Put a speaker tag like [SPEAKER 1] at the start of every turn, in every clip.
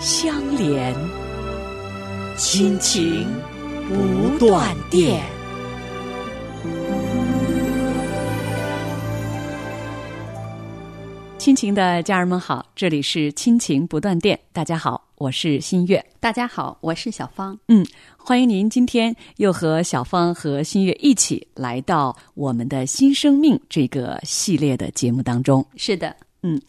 [SPEAKER 1] 相连，亲情不断电。亲情的家人们好，这里是亲情不断电，大家好，我是新月。
[SPEAKER 2] 大家好，我是小芳。
[SPEAKER 1] 嗯，欢迎您今天又和小芳和新月一起来到我们的新生命这个系列的节目当中。
[SPEAKER 2] 是的，
[SPEAKER 1] 嗯，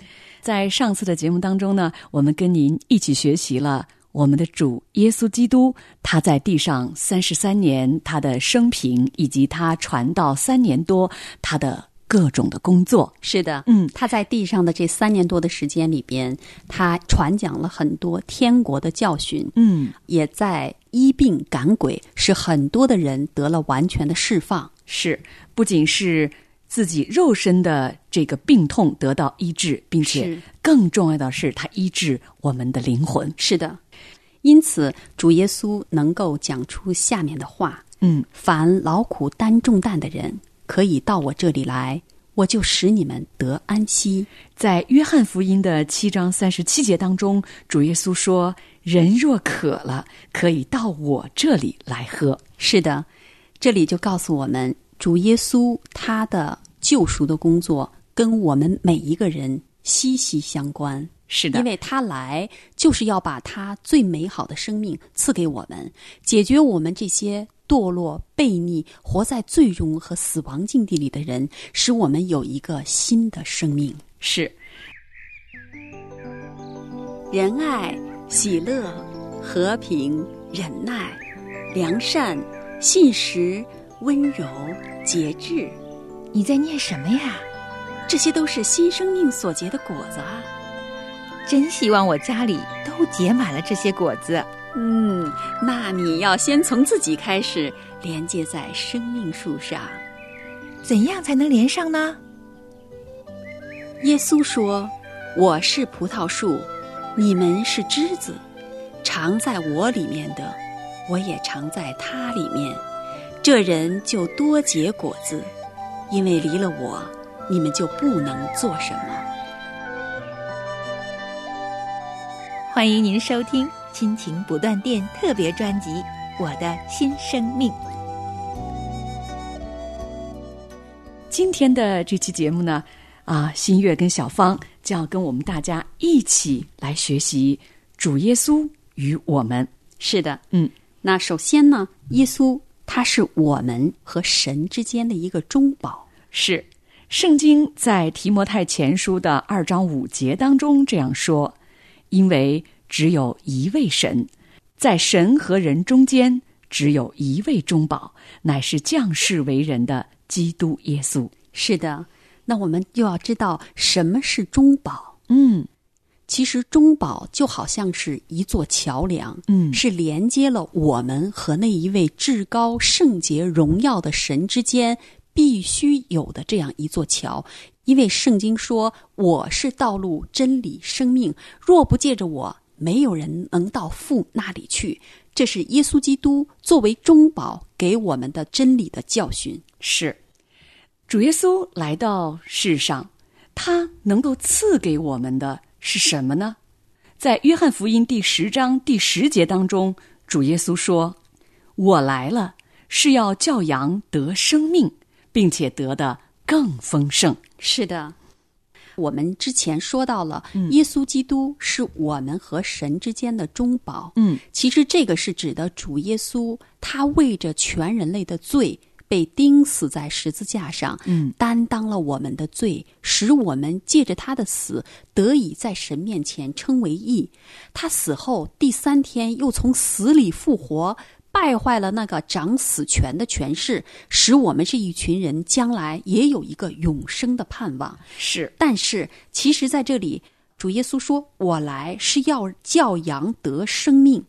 [SPEAKER 1] 在上次的节目当中呢，我们跟您一起学习了我们的主耶稣基督，他在地上三十三年他的生平，以及他传道三年多他的各种的工作。
[SPEAKER 2] 是的，
[SPEAKER 1] 嗯
[SPEAKER 2] 他在地上的这三年多的时间里边，他传讲了很多天国的教训，
[SPEAKER 1] 嗯，
[SPEAKER 2] 也在医病赶鬼，使很多的人得了完全的释放。
[SPEAKER 1] 是，不仅是自己肉身的这个病痛得到医治，并且
[SPEAKER 2] 是
[SPEAKER 1] 更重要的是，他医治我们的灵魂。
[SPEAKER 2] 是的，因此主耶稣能够讲出下面的话：
[SPEAKER 1] 嗯，
[SPEAKER 2] 凡劳苦担重担的人，可以到我这里来，我就使你们得安息。
[SPEAKER 1] 在约翰福音的七章三十七节当中，主耶稣说：“人若渴了，可以到我这里来喝。
[SPEAKER 2] 是的，这里就告诉我们，主耶稣他的救赎的工作跟我们每一个人息息相关，”
[SPEAKER 1] 是的，
[SPEAKER 2] 因为他来就是要把他最美好的生命赐给我们，解决我们这些堕落、悖逆、活在罪中和死亡境地里的人，使我们有一个新的生命。
[SPEAKER 1] 是
[SPEAKER 2] 仁爱、喜乐、和平、忍耐、良善、信实、温柔、节制，
[SPEAKER 3] 你在念什么呀？
[SPEAKER 2] 这些都是新生命所结的果子啊。
[SPEAKER 3] 真希望我家里都结满了这些果子。
[SPEAKER 2] 嗯，那你要先从自己开始，连接在生命树上。
[SPEAKER 3] 怎样才能连上呢？
[SPEAKER 2] 耶稣说：“我是葡萄树，你们是枝子，常在我里面的，我也常在他里面。这人就多结果子，因为离了我，你们就不能做什么。
[SPEAKER 3] 欢迎您收听《亲情不断电》特别专辑《我的新生命》。
[SPEAKER 1] 今天的这期节目呢，啊，新月跟小芳就要跟我们大家一起来学习主耶稣与我们。”
[SPEAKER 2] 是的，
[SPEAKER 1] 嗯，
[SPEAKER 2] 那首先呢，耶稣他是我们和神之间的一个中保。
[SPEAKER 1] 是，圣经在提摩太前书的二章五节当中这样说：“因为只有一位神，在神和人中间只有一位中保，乃是降世为人的基督耶稣。
[SPEAKER 2] 是的，那我们就要知道什么是中保。”
[SPEAKER 1] 嗯
[SPEAKER 2] 其实中保就好像是一座桥梁，
[SPEAKER 1] 嗯
[SPEAKER 2] 是连接了我们和那一位至高、圣洁、荣耀的神之间必须有的这样一座桥。因为圣经说：“我是道路、真理、生命，若不借着我，没有人能到父那里去。”这是耶稣基督作为中保给我们的真理的教训。
[SPEAKER 1] 是，主耶稣来到世上，他能够赐给我们的是什么呢？在约翰福音第十章第十节当中，主耶稣说：“我来了，是要教羊得生命，并且得的更丰盛。
[SPEAKER 2] 是的，我们之前说到了，
[SPEAKER 1] 嗯
[SPEAKER 2] 耶稣基督是我们和神之间的中保。
[SPEAKER 1] 嗯，
[SPEAKER 2] 其实这个是指的主耶稣，他为着全人类的罪被钉死在十字架上，
[SPEAKER 1] 嗯，
[SPEAKER 2] 担当了我们的罪，使我们借着他的死得以在神面前称为义。他死后第三天又从死里复活。败坏了那个掌死权的权势，使我们这一群人将来也有一个永生的盼望。
[SPEAKER 1] 是
[SPEAKER 2] 但是，其实在这里，主耶稣说：“我来是要教羊得生命。”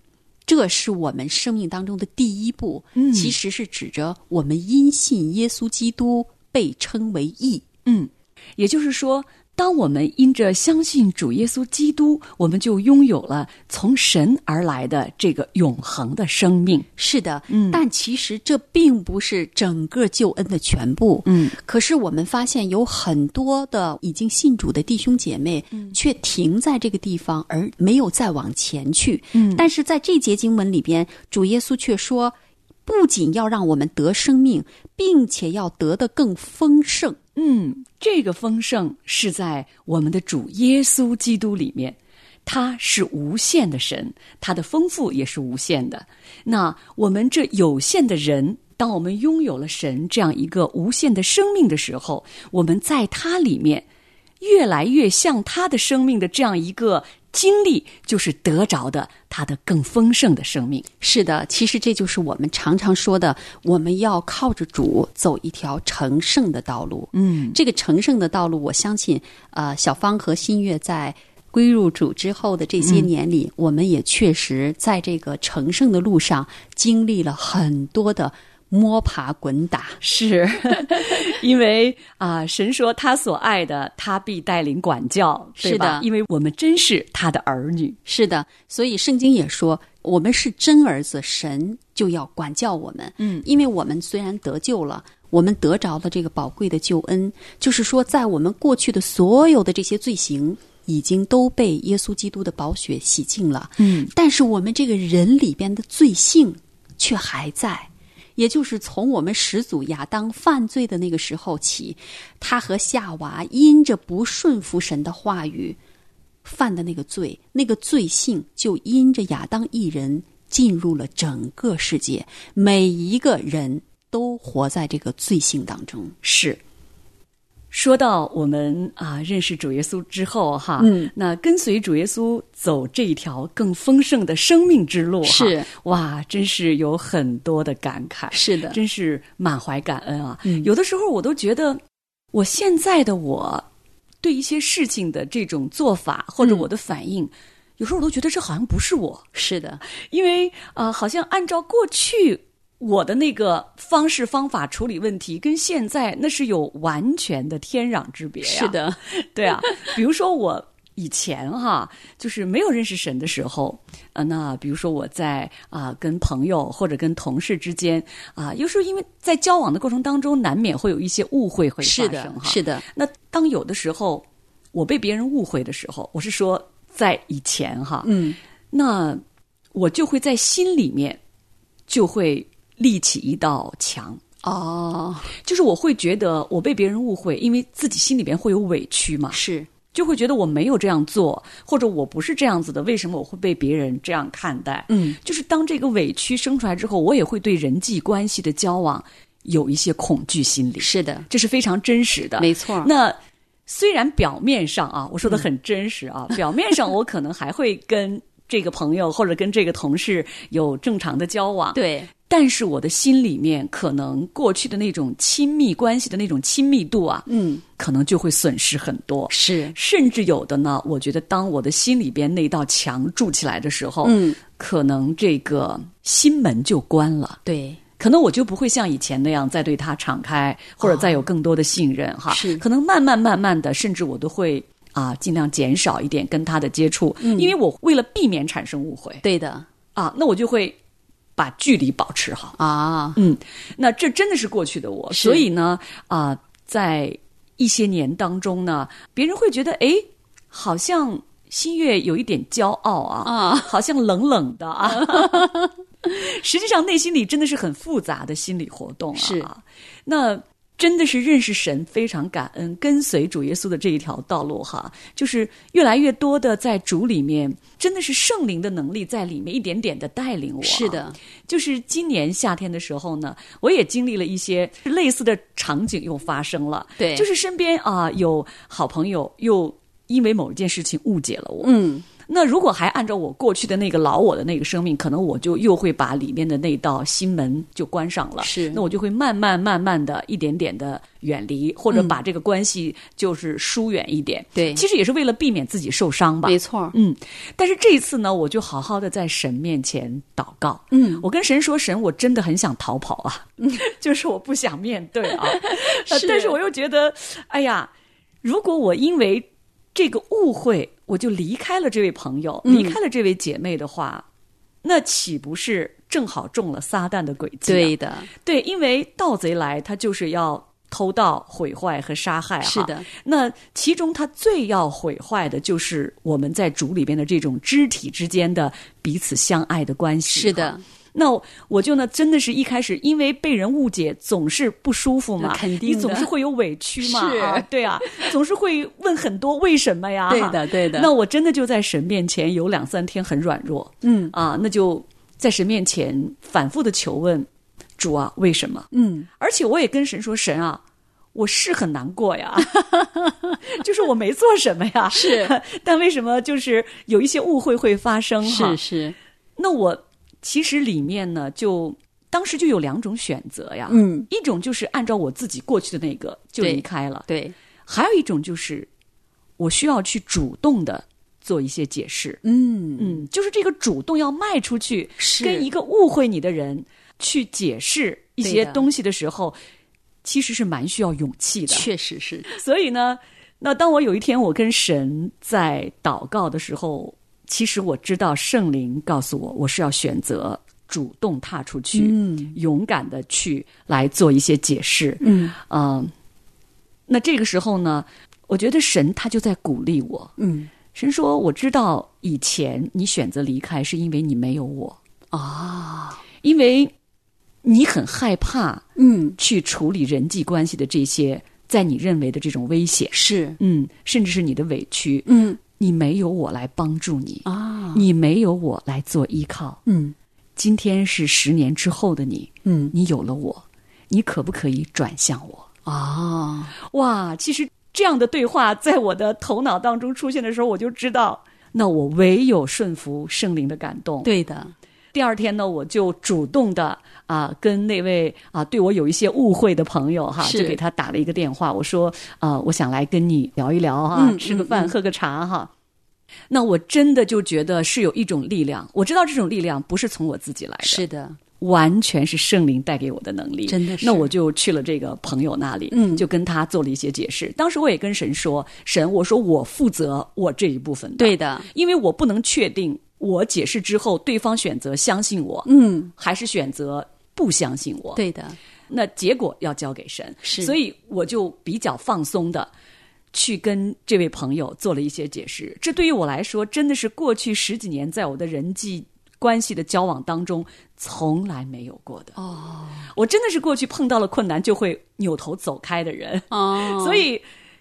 [SPEAKER 2] 这是我们生命当中的第一步，
[SPEAKER 1] 嗯
[SPEAKER 2] 其实是指着我们因信耶稣基督被称为义。
[SPEAKER 1] 嗯，也就是说，当我们因着相信主耶稣基督，我们就拥有了从神而来的这个永恒的生命。
[SPEAKER 2] 是的，
[SPEAKER 1] 嗯
[SPEAKER 2] 但其实这并不是整个救恩的全部。
[SPEAKER 1] 嗯，
[SPEAKER 2] 可是我们发现有很多的已经信主的弟兄姐妹，
[SPEAKER 1] 嗯
[SPEAKER 2] 却停在这个地方，而没有再往前去。嗯，但是在这节经文里边，主耶稣却说，不仅要让我们得生命，并且要得的更丰盛。
[SPEAKER 1] 嗯，这个丰盛是在我们的主耶稣基督里面，他是无限的神，他的丰富也是无限的。那我们这有限的人，当我们拥有了神这样一个无限的生命的时候，我们在他里面越来越像他的生命的这样一个经历，就是得着的他的更丰盛的生命。
[SPEAKER 2] 是的，其实这就是我们常常说的，我们要靠着主走一条成圣的道路。
[SPEAKER 1] 嗯，
[SPEAKER 2] 这个成圣的道路，我相信，呃，小芳和新月在归入主之后的这些年里，我们也确实在这个成圣的路上经历了很多的摸爬滚打。
[SPEAKER 1] 是 因为啊、神说他所爱的，他必带领管教，对
[SPEAKER 2] 是的
[SPEAKER 1] 吧因为我们真是他的儿女。
[SPEAKER 2] 是的，所以圣经也说，我们是真儿子，神就要管教我们。
[SPEAKER 1] 嗯，
[SPEAKER 2] 因为我们虽然得救了，我们得着了这个宝贵的救恩，就是说，在我们过去的所有的这些罪行，已经都被耶稣基督的宝血洗净了。
[SPEAKER 1] 嗯，
[SPEAKER 2] 但是我们这个人里边的罪性却还在。也就是从我们始祖亚当犯罪的那个时候起，他和夏娃因着不顺服神的话语，犯的那个罪，那个罪性就因着亚当一人进入了整个世界，每一个人都活在这个罪性当中。
[SPEAKER 1] 是。说到我们啊，认识主耶稣之后哈，
[SPEAKER 2] 嗯，
[SPEAKER 1] 那跟随主耶稣走这一条更丰盛的生命之路哈，
[SPEAKER 2] 是
[SPEAKER 1] 哇，真是有很多的感慨。
[SPEAKER 2] 是的
[SPEAKER 1] 真是满怀感恩啊！
[SPEAKER 2] 嗯
[SPEAKER 1] 有的时候我都觉得，我现在的我对一些事情的这种做法或者我的反应，有时候我都觉得这好像不是我，
[SPEAKER 2] 嗯是的，
[SPEAKER 1] 因为呃，好像按照过去我的那个方式方法处理问题，跟现在那是有完全的天壤之别呀、
[SPEAKER 2] 是，的，
[SPEAKER 1] 对啊，比如说我。以前哈，就是没有认识神的时候，呃，那比如说我在啊、跟朋友或者跟同事之间啊、有时候因为在交往的过程当中，难免会有一些误会会发
[SPEAKER 2] 是
[SPEAKER 1] 生
[SPEAKER 2] 的，
[SPEAKER 1] 哈。
[SPEAKER 2] 是的，
[SPEAKER 1] 那当有的时候我被别人误会的时候，我是说在以前哈，
[SPEAKER 2] 嗯，
[SPEAKER 1] 那我就会在心里面就会立起一道墙，
[SPEAKER 2] 哦，
[SPEAKER 1] 就是我会觉得我被别人误会，因为自己心里边会有委屈嘛，
[SPEAKER 2] 是
[SPEAKER 1] 就会觉得我没有这样做，或者我不是这样子的，为什么我会被别人这样看待？
[SPEAKER 2] 嗯，
[SPEAKER 1] 就是当这个委屈生出来之后，我也会对人际关系的交往有一些恐惧心理，
[SPEAKER 2] 是的，
[SPEAKER 1] 这是非常真实的，
[SPEAKER 2] 没错儿，
[SPEAKER 1] 那虽然表面上啊，我说的
[SPEAKER 2] 嗯
[SPEAKER 1] 很真实啊，表面上我可能还会跟这个朋友或者跟这个同事有正常的交往，，
[SPEAKER 2] 对，
[SPEAKER 1] 但是我的心里面可能过去的那种亲密关系的那种亲密度啊，
[SPEAKER 2] 嗯，
[SPEAKER 1] 可能就会损失很多。
[SPEAKER 2] 是，
[SPEAKER 1] 甚至有的呢，我觉得当我的心里边那道墙筑起来的时候，
[SPEAKER 2] 嗯，
[SPEAKER 1] 可能这个心门就关了。
[SPEAKER 2] 对，
[SPEAKER 1] 可能我就不会像以前那样再对他敞开，或者再有更多的信任、哈。
[SPEAKER 2] 啊是
[SPEAKER 1] 可能慢慢慢慢的，甚至我都会啊，尽量减少一点跟他的接触，
[SPEAKER 2] 嗯
[SPEAKER 1] 因为我为了避免产生误会
[SPEAKER 2] 对的，
[SPEAKER 1] 啊，那我就会把距离保持好。
[SPEAKER 2] 啊，
[SPEAKER 1] 嗯，那这真的是过去的我，
[SPEAKER 2] 是
[SPEAKER 1] 所以呢，啊、在一些年当中呢，别人会觉得，哎，好像新月有一点骄傲啊，
[SPEAKER 2] 啊
[SPEAKER 1] 好像冷冷的啊。 实际上，内心里真的是很复杂的心理活动啊。
[SPEAKER 2] 是，
[SPEAKER 1] 那真的是认识神，非常感恩，跟随主耶稣的这一条道路哈，就是越来越多的在主里面，真的是圣灵的能力在里面一点点的带领我。啊
[SPEAKER 2] 是，的，
[SPEAKER 1] 就是今年夏天的时候呢，我也经历了一些类似的场景又发生了。
[SPEAKER 2] 对
[SPEAKER 1] 就是身边啊、有好朋友又因为某一件事情误解了我，
[SPEAKER 2] 嗯，
[SPEAKER 1] 那如果还按照我过去的那个老我的那个生命，可能我就又会把里面的那道心门就关上了。
[SPEAKER 2] 是
[SPEAKER 1] 那我就会慢慢慢慢的一点点的远离，或者把这个关系就是疏远一点。
[SPEAKER 2] 嗯对
[SPEAKER 1] 其实也是为了避免自己受伤吧。
[SPEAKER 2] 没错儿，
[SPEAKER 1] 嗯，但是这一次呢，我就好好的在神面前祷告。嗯，我跟神说：“神，我真的很想逃跑啊， 就是我不想面对 啊，呃
[SPEAKER 2] 嗯是
[SPEAKER 1] 但是我又觉得，哎呀，如果我因为这个误会，我就离开了这位朋友，离
[SPEAKER 2] 嗯
[SPEAKER 1] 开了这位姐妹的话，那岂不是正好中了撒旦的诡计、啊？
[SPEAKER 2] 对的，
[SPEAKER 1] 对，因为盗贼来，他就是要偷盗、毁坏和杀害。啊
[SPEAKER 2] 是的，
[SPEAKER 1] 那其中他最要毁坏的就是我们在主里边的这种肢体之间的彼此相爱的关系。
[SPEAKER 2] 是的。，
[SPEAKER 1] 那我我就呢，真的是一开始因为被人误解，总是不舒服嘛，
[SPEAKER 2] 那肯定的
[SPEAKER 1] 你总是会有委屈嘛，
[SPEAKER 2] 是
[SPEAKER 1] 啊，对啊，总是会问很多为什么呀？
[SPEAKER 2] 对的，对的。
[SPEAKER 1] 那我真的就在神面前有两三天很软弱，
[SPEAKER 2] 嗯
[SPEAKER 1] 啊，那就在神面前反复的求问主啊，为什么？
[SPEAKER 2] 嗯，
[SPEAKER 1] 而且我也跟神说，神啊，我是很难过 呀，就是我没做什么呀，
[SPEAKER 2] 是
[SPEAKER 1] 但为什么就是有一些误会会发生哈？
[SPEAKER 2] 是是，
[SPEAKER 1] 那我其实里面呢，就当时就有两种选择呀，
[SPEAKER 2] 嗯，
[SPEAKER 1] 一种就是按照我自己过去的那个就
[SPEAKER 2] 对
[SPEAKER 1] 离开了，
[SPEAKER 2] 对，
[SPEAKER 1] 还有一种就是我需要去主动的做一些解释，
[SPEAKER 2] 嗯，
[SPEAKER 1] 嗯，就是这个主动要迈出去，
[SPEAKER 2] 是
[SPEAKER 1] 跟一个误会你的人去解释一
[SPEAKER 2] 对
[SPEAKER 1] 些
[SPEAKER 2] 的
[SPEAKER 1] 东西的时候，其实是蛮需要勇气的。
[SPEAKER 2] 确实是，
[SPEAKER 1] 所以呢，那当我有一天我跟神在祷告的时候，其实我知道圣灵告诉我，我是要选择主动踏出去，
[SPEAKER 2] 嗯
[SPEAKER 1] 勇敢的去来做一些解释。
[SPEAKER 2] 嗯
[SPEAKER 1] 嗯、那这个时候呢，我觉得神他就在鼓励我，
[SPEAKER 2] 嗯
[SPEAKER 1] 神说：“我知道以前你选择离开是因为你没有我，
[SPEAKER 2] 啊，
[SPEAKER 1] 因为你很害怕
[SPEAKER 2] 嗯，
[SPEAKER 1] 去处理人际关系的这些在你认为的这种危险，
[SPEAKER 2] 是，
[SPEAKER 1] 嗯，甚至是你的委屈，
[SPEAKER 2] 嗯
[SPEAKER 1] 你没有我来帮助你，
[SPEAKER 2] 啊，
[SPEAKER 1] 你没有我来做依靠。
[SPEAKER 2] 嗯
[SPEAKER 1] 今天是十年之后的你，
[SPEAKER 2] 嗯
[SPEAKER 1] 你有了我，你可不可以转向我？”
[SPEAKER 2] 啊，
[SPEAKER 1] 哇，其实这样的对话在我的头脑当中出现的时候，我就知道，那我唯有顺服圣灵的感动。
[SPEAKER 2] 对的，
[SPEAKER 1] 第二天呢，我就主动的啊、跟那位啊、对我有一些误会的朋友哈，
[SPEAKER 2] 是
[SPEAKER 1] 就给他打了一个电话，我说啊、我想来跟你聊一聊哈，
[SPEAKER 2] 嗯
[SPEAKER 1] 吃个饭、
[SPEAKER 2] 嗯嗯
[SPEAKER 1] 喝个茶哈。那我真的就觉得是有一种力量，我知道这种力量不是从我自己来的，
[SPEAKER 2] 是的，
[SPEAKER 1] 完全是圣灵带给我的能力，
[SPEAKER 2] 真的是
[SPEAKER 1] 那我就去了这个朋友那里，
[SPEAKER 2] 嗯
[SPEAKER 1] 就跟他做了一些解释。当时我也跟神说，神，我说我负责我这一部分的，
[SPEAKER 2] 对，的，
[SPEAKER 1] 因为我不能确定我解释之后对方选择相信我，
[SPEAKER 2] 嗯，
[SPEAKER 1] 还是选择不相信我，，
[SPEAKER 2] 对的，
[SPEAKER 1] 那结果要交给神，
[SPEAKER 2] 是
[SPEAKER 1] 所以我就比较放松的。去跟这位朋友做了一些解释，这对于我来说真的是过去十几年在我的人际关系的交往当中从来没有过的。
[SPEAKER 2] 哦
[SPEAKER 1] 我真的是过去碰到了困难就会扭头走开的人，
[SPEAKER 2] 哦，
[SPEAKER 1] 所以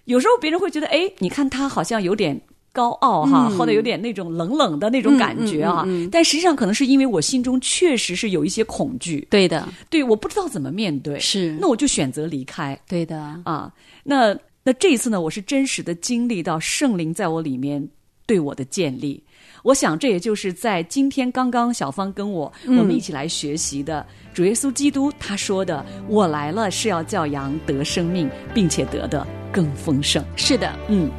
[SPEAKER 1] 有时候别人会觉得，哎，你看他好像有点高傲哈，
[SPEAKER 2] 嗯
[SPEAKER 1] 或者有点那种冷冷的那种感觉啊，
[SPEAKER 2] 嗯嗯嗯嗯
[SPEAKER 1] 但实际上可能是因为我心中确实是有一些恐惧，
[SPEAKER 2] 对的，
[SPEAKER 1] 对，我不知道怎么面对，
[SPEAKER 2] 是
[SPEAKER 1] 那我就选择离开
[SPEAKER 2] 对的，
[SPEAKER 1] 啊。那那这一次呢，我是真实的经历到圣灵在我里面对我的建立。我想，这也就是在今天刚刚小芳跟我、我们一起来学习的主耶稣基督他说的：“我来了是要教羊得生命，并且得的更丰盛。
[SPEAKER 2] 是的，”
[SPEAKER 1] 嗯，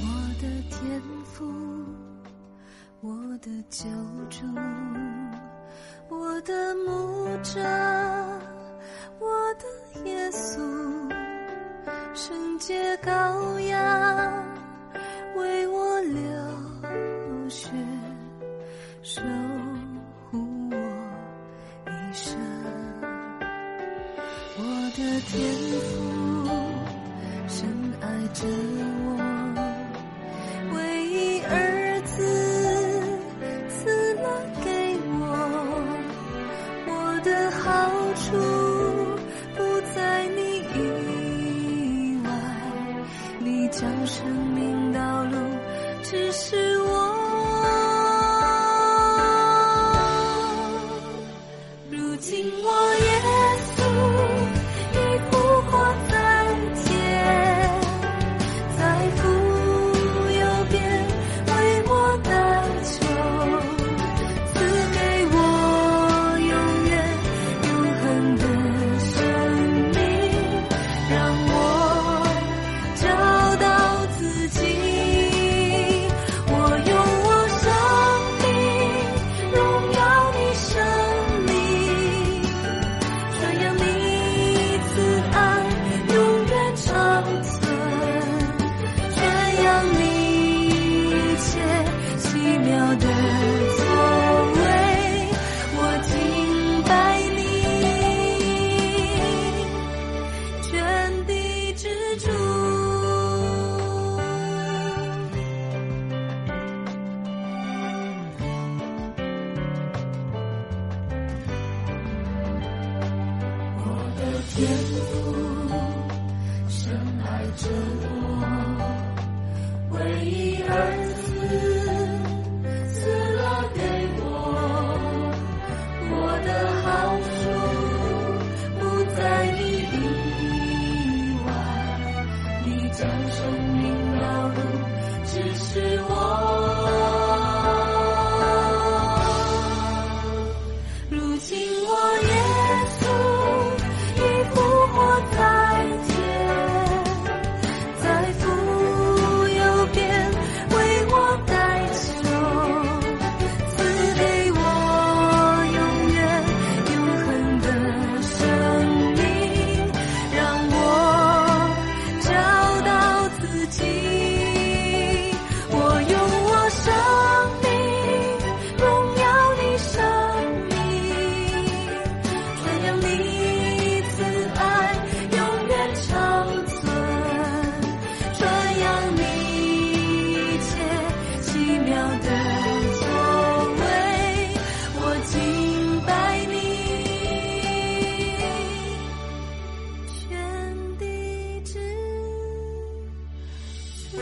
[SPEAKER 4] 我的天赋，我的救主，我的牧者，我的耶稣，圣洁羔羊为我流血，守护我一生。我的天父深爱着我，唯一儿子赐了给我，我的好处不在你以外，你将生命道路指示我。如今我耶稣已复活在天，在父右边为天父深爱着我，唯一儿子赐了给我，我的好处不在你以外，你将生命道路指示我。如今我耶稣已复活在天，在父右边为我代求，赐给我永远永恒的生命，让我找到自己。我用我生命荣耀你生命，传扬你慈爱永远长存，传扬你一切奇妙的作为，我敬拜你，全地之父。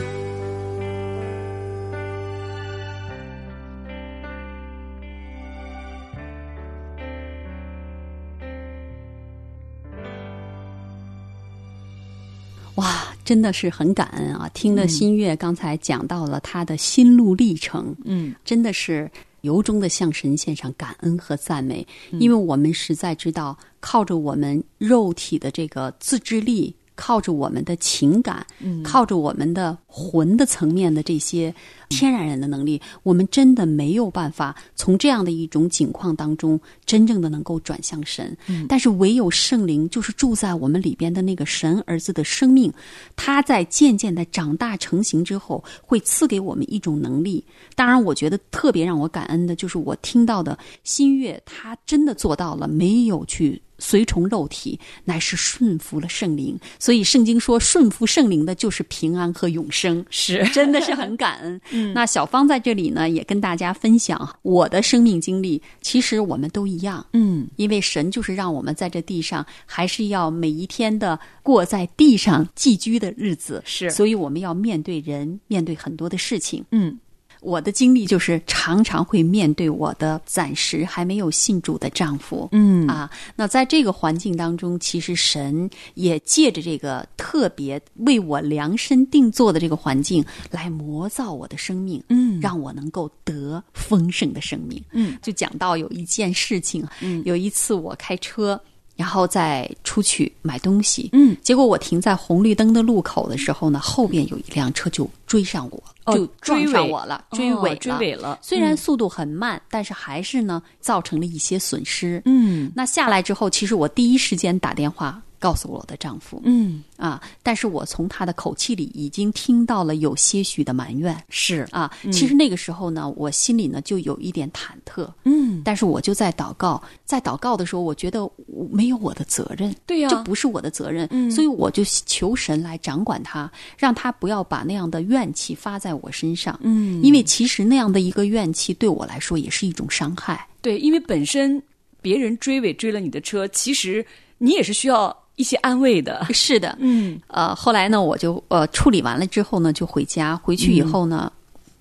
[SPEAKER 2] 哇，真的是很感恩啊！听了新月刚才讲到了他的心路历程，
[SPEAKER 1] 嗯，
[SPEAKER 2] 真的是由衷的向神献上感恩和赞美，因为我们实在知道，靠着我们肉体的这个自制力，靠着我们的情感，靠着我们的魂的层面的这些天然人的能力，我们真的没有办法从这样的一种境况当中真正的能够转向神。但是唯有圣灵，就是住在我们里边的那个神儿子的生命，他在渐渐的长大成型之后，会赐给我们一种能力。当然，我觉得特别让我感恩的就是我听到的新月，他真的做到了，没有去随从肉体，乃是顺服了圣灵。所以圣经说，顺服圣灵的就是平安和永生。
[SPEAKER 1] 是
[SPEAKER 2] 真的是很感恩。
[SPEAKER 1] 嗯
[SPEAKER 2] 那小芳在这里呢，也跟大家分享我的生命经历。其实我们都一样，
[SPEAKER 1] 嗯，
[SPEAKER 2] 因为神就是让我们在这地上，还是要每一天的过在地上寄居的日子。
[SPEAKER 1] 是
[SPEAKER 2] 所以我们要面对人，面对很多的事情。
[SPEAKER 1] 嗯，
[SPEAKER 2] 我的经历就是常常会面对我的暂时还没有信主的丈夫。
[SPEAKER 1] 嗯
[SPEAKER 2] 啊，那在这个环境当中，其实神也借着这个特别为我量身定做的这个环境，来磨造我的生命，嗯，让我能够得丰盛的生命。
[SPEAKER 1] 嗯，
[SPEAKER 2] 就讲到有一件事情，嗯，有一次我开车。然后再出去买东西，
[SPEAKER 1] 嗯，
[SPEAKER 2] 结果我停在红绿灯的路口的时候呢，后边有一辆车就追上我，
[SPEAKER 1] 哦
[SPEAKER 2] 就撞
[SPEAKER 1] 追
[SPEAKER 2] 上
[SPEAKER 1] 尾
[SPEAKER 2] 我了，
[SPEAKER 1] 哦
[SPEAKER 2] 追尾了，
[SPEAKER 1] 追尾了
[SPEAKER 2] 虽然速度很慢，但是还是呢造成了一些损失。
[SPEAKER 1] 嗯
[SPEAKER 2] 那下来之后，其实我第一时间打电话告诉我的丈夫、
[SPEAKER 1] 嗯，
[SPEAKER 2] 啊，但是我从他的口气里已经听到了有些许的埋怨
[SPEAKER 1] 是嗯
[SPEAKER 2] 啊。其实那个时候呢，我心里呢就有一点忐忑，
[SPEAKER 1] 嗯，
[SPEAKER 2] 但是我就在祷告，在祷告的时候，我觉得我没有我的责任，
[SPEAKER 1] 对呀
[SPEAKER 2] 这不是我的责任，所以我就求神来掌管他，让他不要把那样的怨气发在我身上，嗯，因为其实那样的一个怨气对我来说也是一种伤害，
[SPEAKER 1] 对，因为本身别人追尾追了你的车，其实你也是需要一些安慰的。
[SPEAKER 2] 是的，
[SPEAKER 1] 嗯
[SPEAKER 2] 呃，后来呢，我就呃处理完了之后呢，就回家，回去以
[SPEAKER 1] 嗯
[SPEAKER 2] 后呢，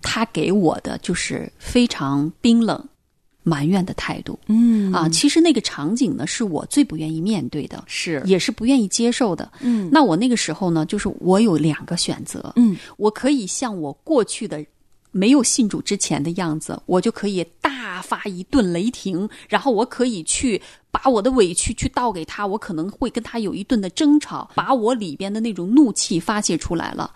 [SPEAKER 2] 他给我的就是非常冰冷。埋怨的态度，
[SPEAKER 1] 嗯
[SPEAKER 2] 啊，其实那个场景呢，是我最不愿意面对的，
[SPEAKER 1] 是
[SPEAKER 2] 也是不愿意接受的。嗯，那我那个时候呢，就是我有两个选择。
[SPEAKER 1] 嗯，
[SPEAKER 2] 我可以像我过去的没有信主之前的样子，我就可以大发一顿雷霆，然后我可以去把我的委屈去倒给他，我可能会跟他有一顿的争吵，把我里边的那种怒气发泄出来了。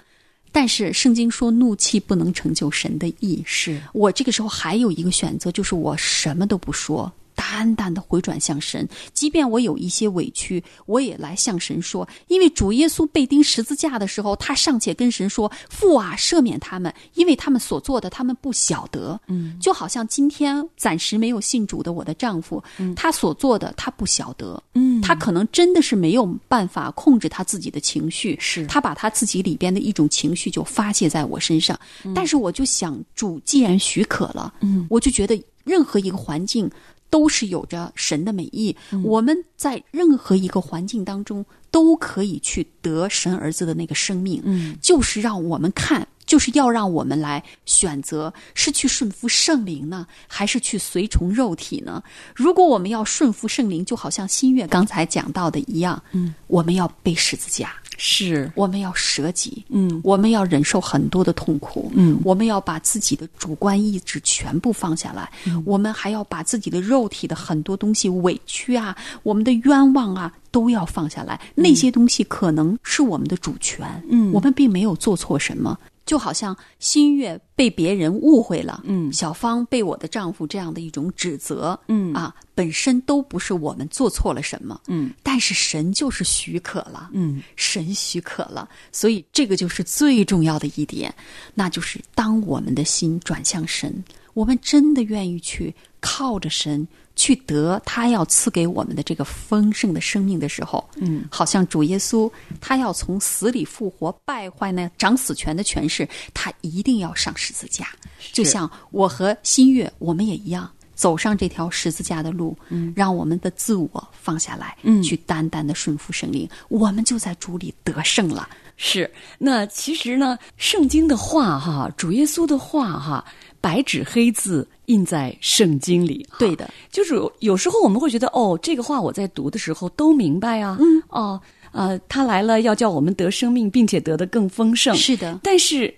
[SPEAKER 2] 但是圣经说，怒气不能成就神的意。
[SPEAKER 1] 是，
[SPEAKER 2] 我这个时候还有一个选择，就是我什么都不说，淡淡的回转向神。即便我有一些委屈，我也来向神说。因为主耶稣被钉十字架的时候，他尚且跟神说：“父啊，赦免他们，因为他们所做的，他们不晓得。”嗯，就好像今天暂时没有信主的我的丈夫，他所做的他不晓得。嗯，他可能真的是没有办法控制他自己的情绪，
[SPEAKER 1] 是
[SPEAKER 2] 他把他自己里边的一种情绪就发泄在我身上。但是我就想，主既然许可了，嗯，我就觉得任何一个环境都是有着神的美意。我们在任何一个环境当中都可以去得神儿子的那个生命，
[SPEAKER 1] 嗯，
[SPEAKER 2] 就是让我们看，就是要让我们来选择，是去顺服圣灵呢，还是去随从肉体呢？如果我们要顺服圣灵，就好像新月刚才讲到的一样，嗯，我们要背十字架，
[SPEAKER 1] 是，
[SPEAKER 2] 我们要舍己，
[SPEAKER 1] 嗯
[SPEAKER 2] 我们要忍受很多的痛苦，
[SPEAKER 1] 嗯
[SPEAKER 2] 我们要把自己的主观意志全部放下来，
[SPEAKER 1] 嗯
[SPEAKER 2] 我们还要把自己的肉体的很多东西委屈啊，我们的冤枉啊都要放下来。那些东西可能是我们的主权，
[SPEAKER 1] 嗯
[SPEAKER 2] 我们并没有做错什么。就好像新月被别人误会了，
[SPEAKER 1] 嗯
[SPEAKER 2] 小芳被我的丈夫这样的一种指责，
[SPEAKER 1] 嗯
[SPEAKER 2] 啊，本身都不是我们做错了什么，
[SPEAKER 1] 嗯
[SPEAKER 2] 但是神就是许可了，
[SPEAKER 1] 嗯
[SPEAKER 2] 神许可了，所以这个就是最重要的一点，那就是当我们的心转向神，我们真的愿意去靠着神去得他要赐给我们的这个丰盛的生命的时候，
[SPEAKER 1] 嗯，
[SPEAKER 2] 好像主耶稣他要从死里复活，败坏那掌死权的权势，他一定要上十字架。就像我和新月，我们也一样。走上这条十字架的路，嗯，让我们的自我放下来，
[SPEAKER 1] 嗯
[SPEAKER 2] 去单单的顺服圣灵，我们就在主里得胜了。
[SPEAKER 1] 是。那其实呢，圣经的话哈，主耶稣的话哈，白纸黑字印在圣经里。哈
[SPEAKER 2] 对的，
[SPEAKER 1] 就是有有时候我们会觉得，哦，这个话我在读的时候都明白啊，嗯，哦，呃，他来了要叫我们得生命，并且得的更丰盛。
[SPEAKER 2] 是的，
[SPEAKER 1] 但是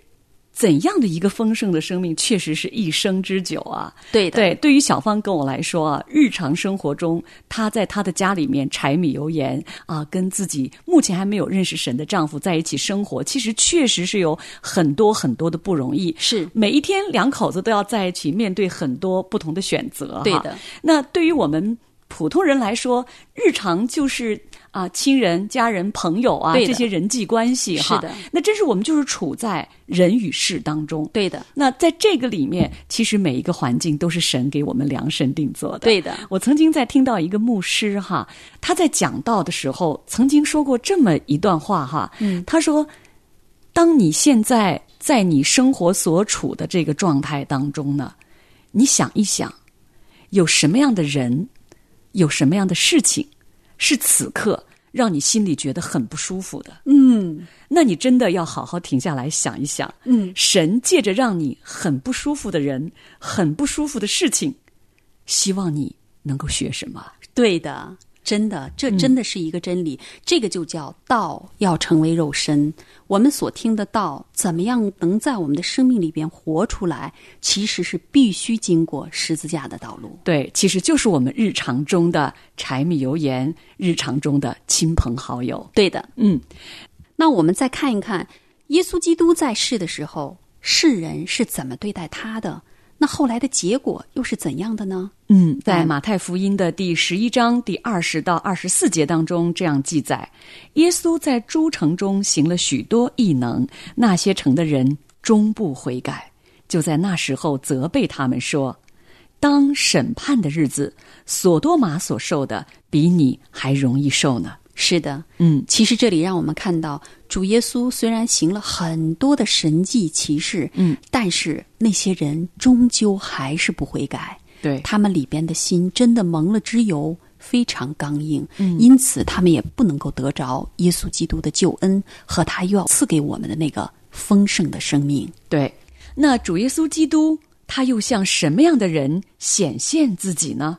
[SPEAKER 1] 怎样的一个丰盛的生命，确实是一生之久啊。
[SPEAKER 2] 对的，
[SPEAKER 1] 对，对于小芳跟我来说啊，日常生活中，她在她的家里面柴米油盐啊，跟自己目前还没有认识神的丈夫在一起生活，其实确实是有很多很多的不容易。
[SPEAKER 2] 是
[SPEAKER 1] 每一天两口子都要在一起面对很多不同的选择哈。
[SPEAKER 2] 对的
[SPEAKER 1] 那对于我们普通人来说，日常就是啊、亲人、家人、朋友啊
[SPEAKER 2] 对的
[SPEAKER 1] 这些人际关系哈。
[SPEAKER 2] 是的
[SPEAKER 1] 那真是我们就是处在人与事当中。
[SPEAKER 2] 对的，
[SPEAKER 1] 那在这个里面，其实每一个环境都是神给我们量身定做的。
[SPEAKER 2] 对的
[SPEAKER 1] 我曾经在听到一个牧师哈，他在讲道的时候，曾经说过这么一段话哈，嗯，他说：“当你现在在你生活所处的这个状态当中呢，你想一想，有什么样的人，有什么样的事情，是此刻让你心里觉得很不舒服的？
[SPEAKER 2] 嗯
[SPEAKER 1] 那你真的要好好停下来想一想。”
[SPEAKER 2] 嗯，
[SPEAKER 1] 神借着让你很不舒服的人、很不舒服的事情，希望你能够学什么？
[SPEAKER 2] 对的，真的，这真的是一个真理。这个就叫道要成为肉身。我们所听的道，怎么样能在我们的生命里边活出来，其实是必须经过十字架的道路。
[SPEAKER 1] 对，其实就是我们日常中的柴米油盐，日常中的亲朋好友。
[SPEAKER 2] 对的，
[SPEAKER 1] 嗯，
[SPEAKER 2] 那我们再看一看，耶稣基督在世的时候，世人是怎么对待他的？那后来的结果又是怎样的呢？
[SPEAKER 1] 嗯，在
[SPEAKER 2] 嗯
[SPEAKER 1] 马太福音的第十一章第二十到二十四节当中这样记载：耶稣在诸城中行了许多异能，那些城的人终不悔改，就在那时候责备他们说：“当审判的日子，索多玛所受的比你还容易受呢。
[SPEAKER 2] 是的，”
[SPEAKER 1] 嗯，
[SPEAKER 2] 其实这里让我们看到，主耶稣虽然行了很多的神迹奇事，
[SPEAKER 1] 嗯，
[SPEAKER 2] 但是那些人终究还是不悔改，
[SPEAKER 1] 对，
[SPEAKER 2] 他们里边的心真的蒙了脂油，非常刚硬，因此他们也不能够得着耶稣基督的救恩和他又要赐给我们的那个丰盛的生命。
[SPEAKER 1] 对，那主耶稣基督他又向什么样的人显现自己呢？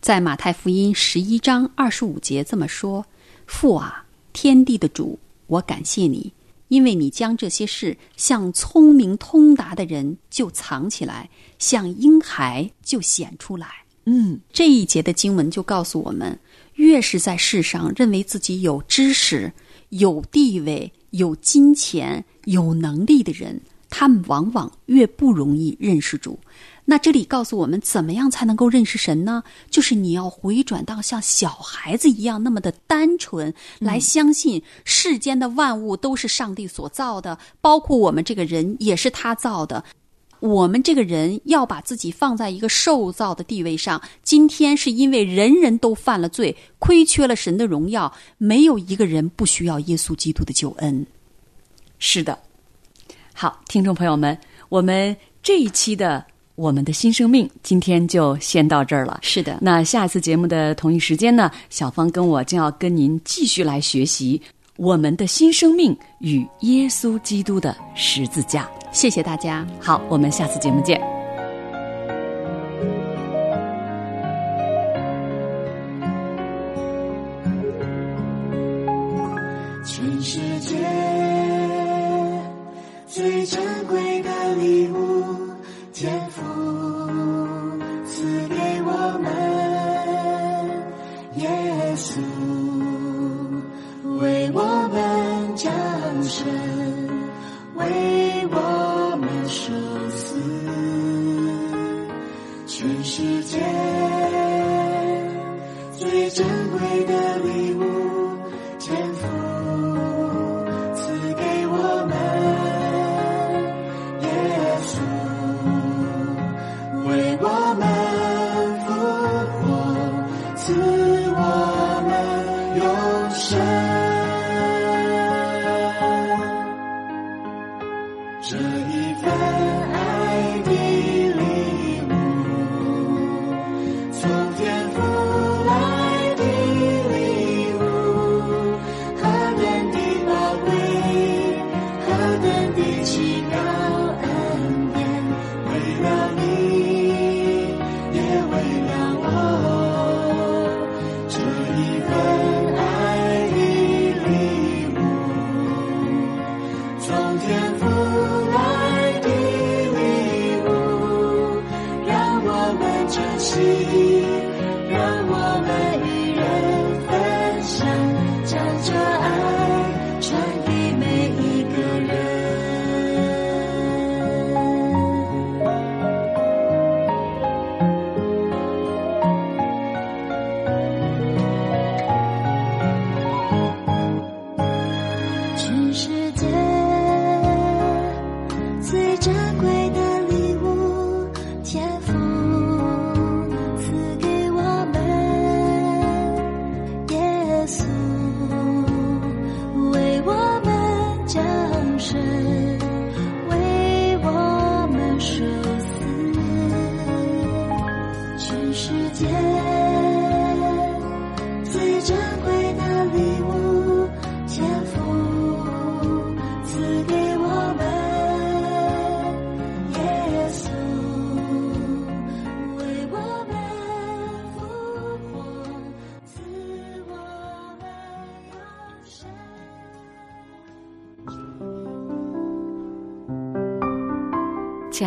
[SPEAKER 2] 在马太福音十一章二十五节这么说：“父啊，天地的主，我感谢你，因为你将这些事向聪明通达的人就藏起来，向婴孩就显出来。”
[SPEAKER 1] 嗯，
[SPEAKER 2] 这一节的经文就告诉我们，越是在世上认为自己有知识、有地位、有金钱、有能力的人，他们往往越不容易认识主。那这里告诉我们，怎么样才能够认识神呢？就是你要回转到像小孩子一样那么的单纯，来相信世间的万物都是上帝所造的，包括我们这个人也是他造的。我们这个人要把自己放在一个受造的地位上。今天是因为人人都犯了罪，亏缺了神的荣耀，没有一个人不需要耶稣基督的救恩。
[SPEAKER 1] 是的。好，听众朋友们，我们这一期的我们的新生命今天就先到这儿了。
[SPEAKER 2] 是的，
[SPEAKER 1] 那下一次节目的同一时间呢，小芳跟我将要跟您继续来学习我们的新生命与耶稣基督的十字架。
[SPEAKER 2] 谢谢大家。
[SPEAKER 1] 好，我们下次节目见。
[SPEAKER 4] 全世界最珍贵的礼物，天赋赐给我们，耶稣为我们降生，为我们受死，全世界最珍贵的礼物。天赋赐给我们，耶稣为我们复活，赐我们永生。这一份爱的礼物，从天父来的礼物。何等的宝贵，何等的奇妙恩典！为了你，也为了我，这一份爱的礼物，从天父来的礼物，让我们珍惜。让我们与人分享，将这爱传给每一个人。全世界最珍贵的礼物，天赋赐给我们，耶稣为我们降生，为我们受死，全世界。最珍贵的礼物，天赋赐给我们，耶稣为我们复活，赐我们永生。
[SPEAKER 1] 亲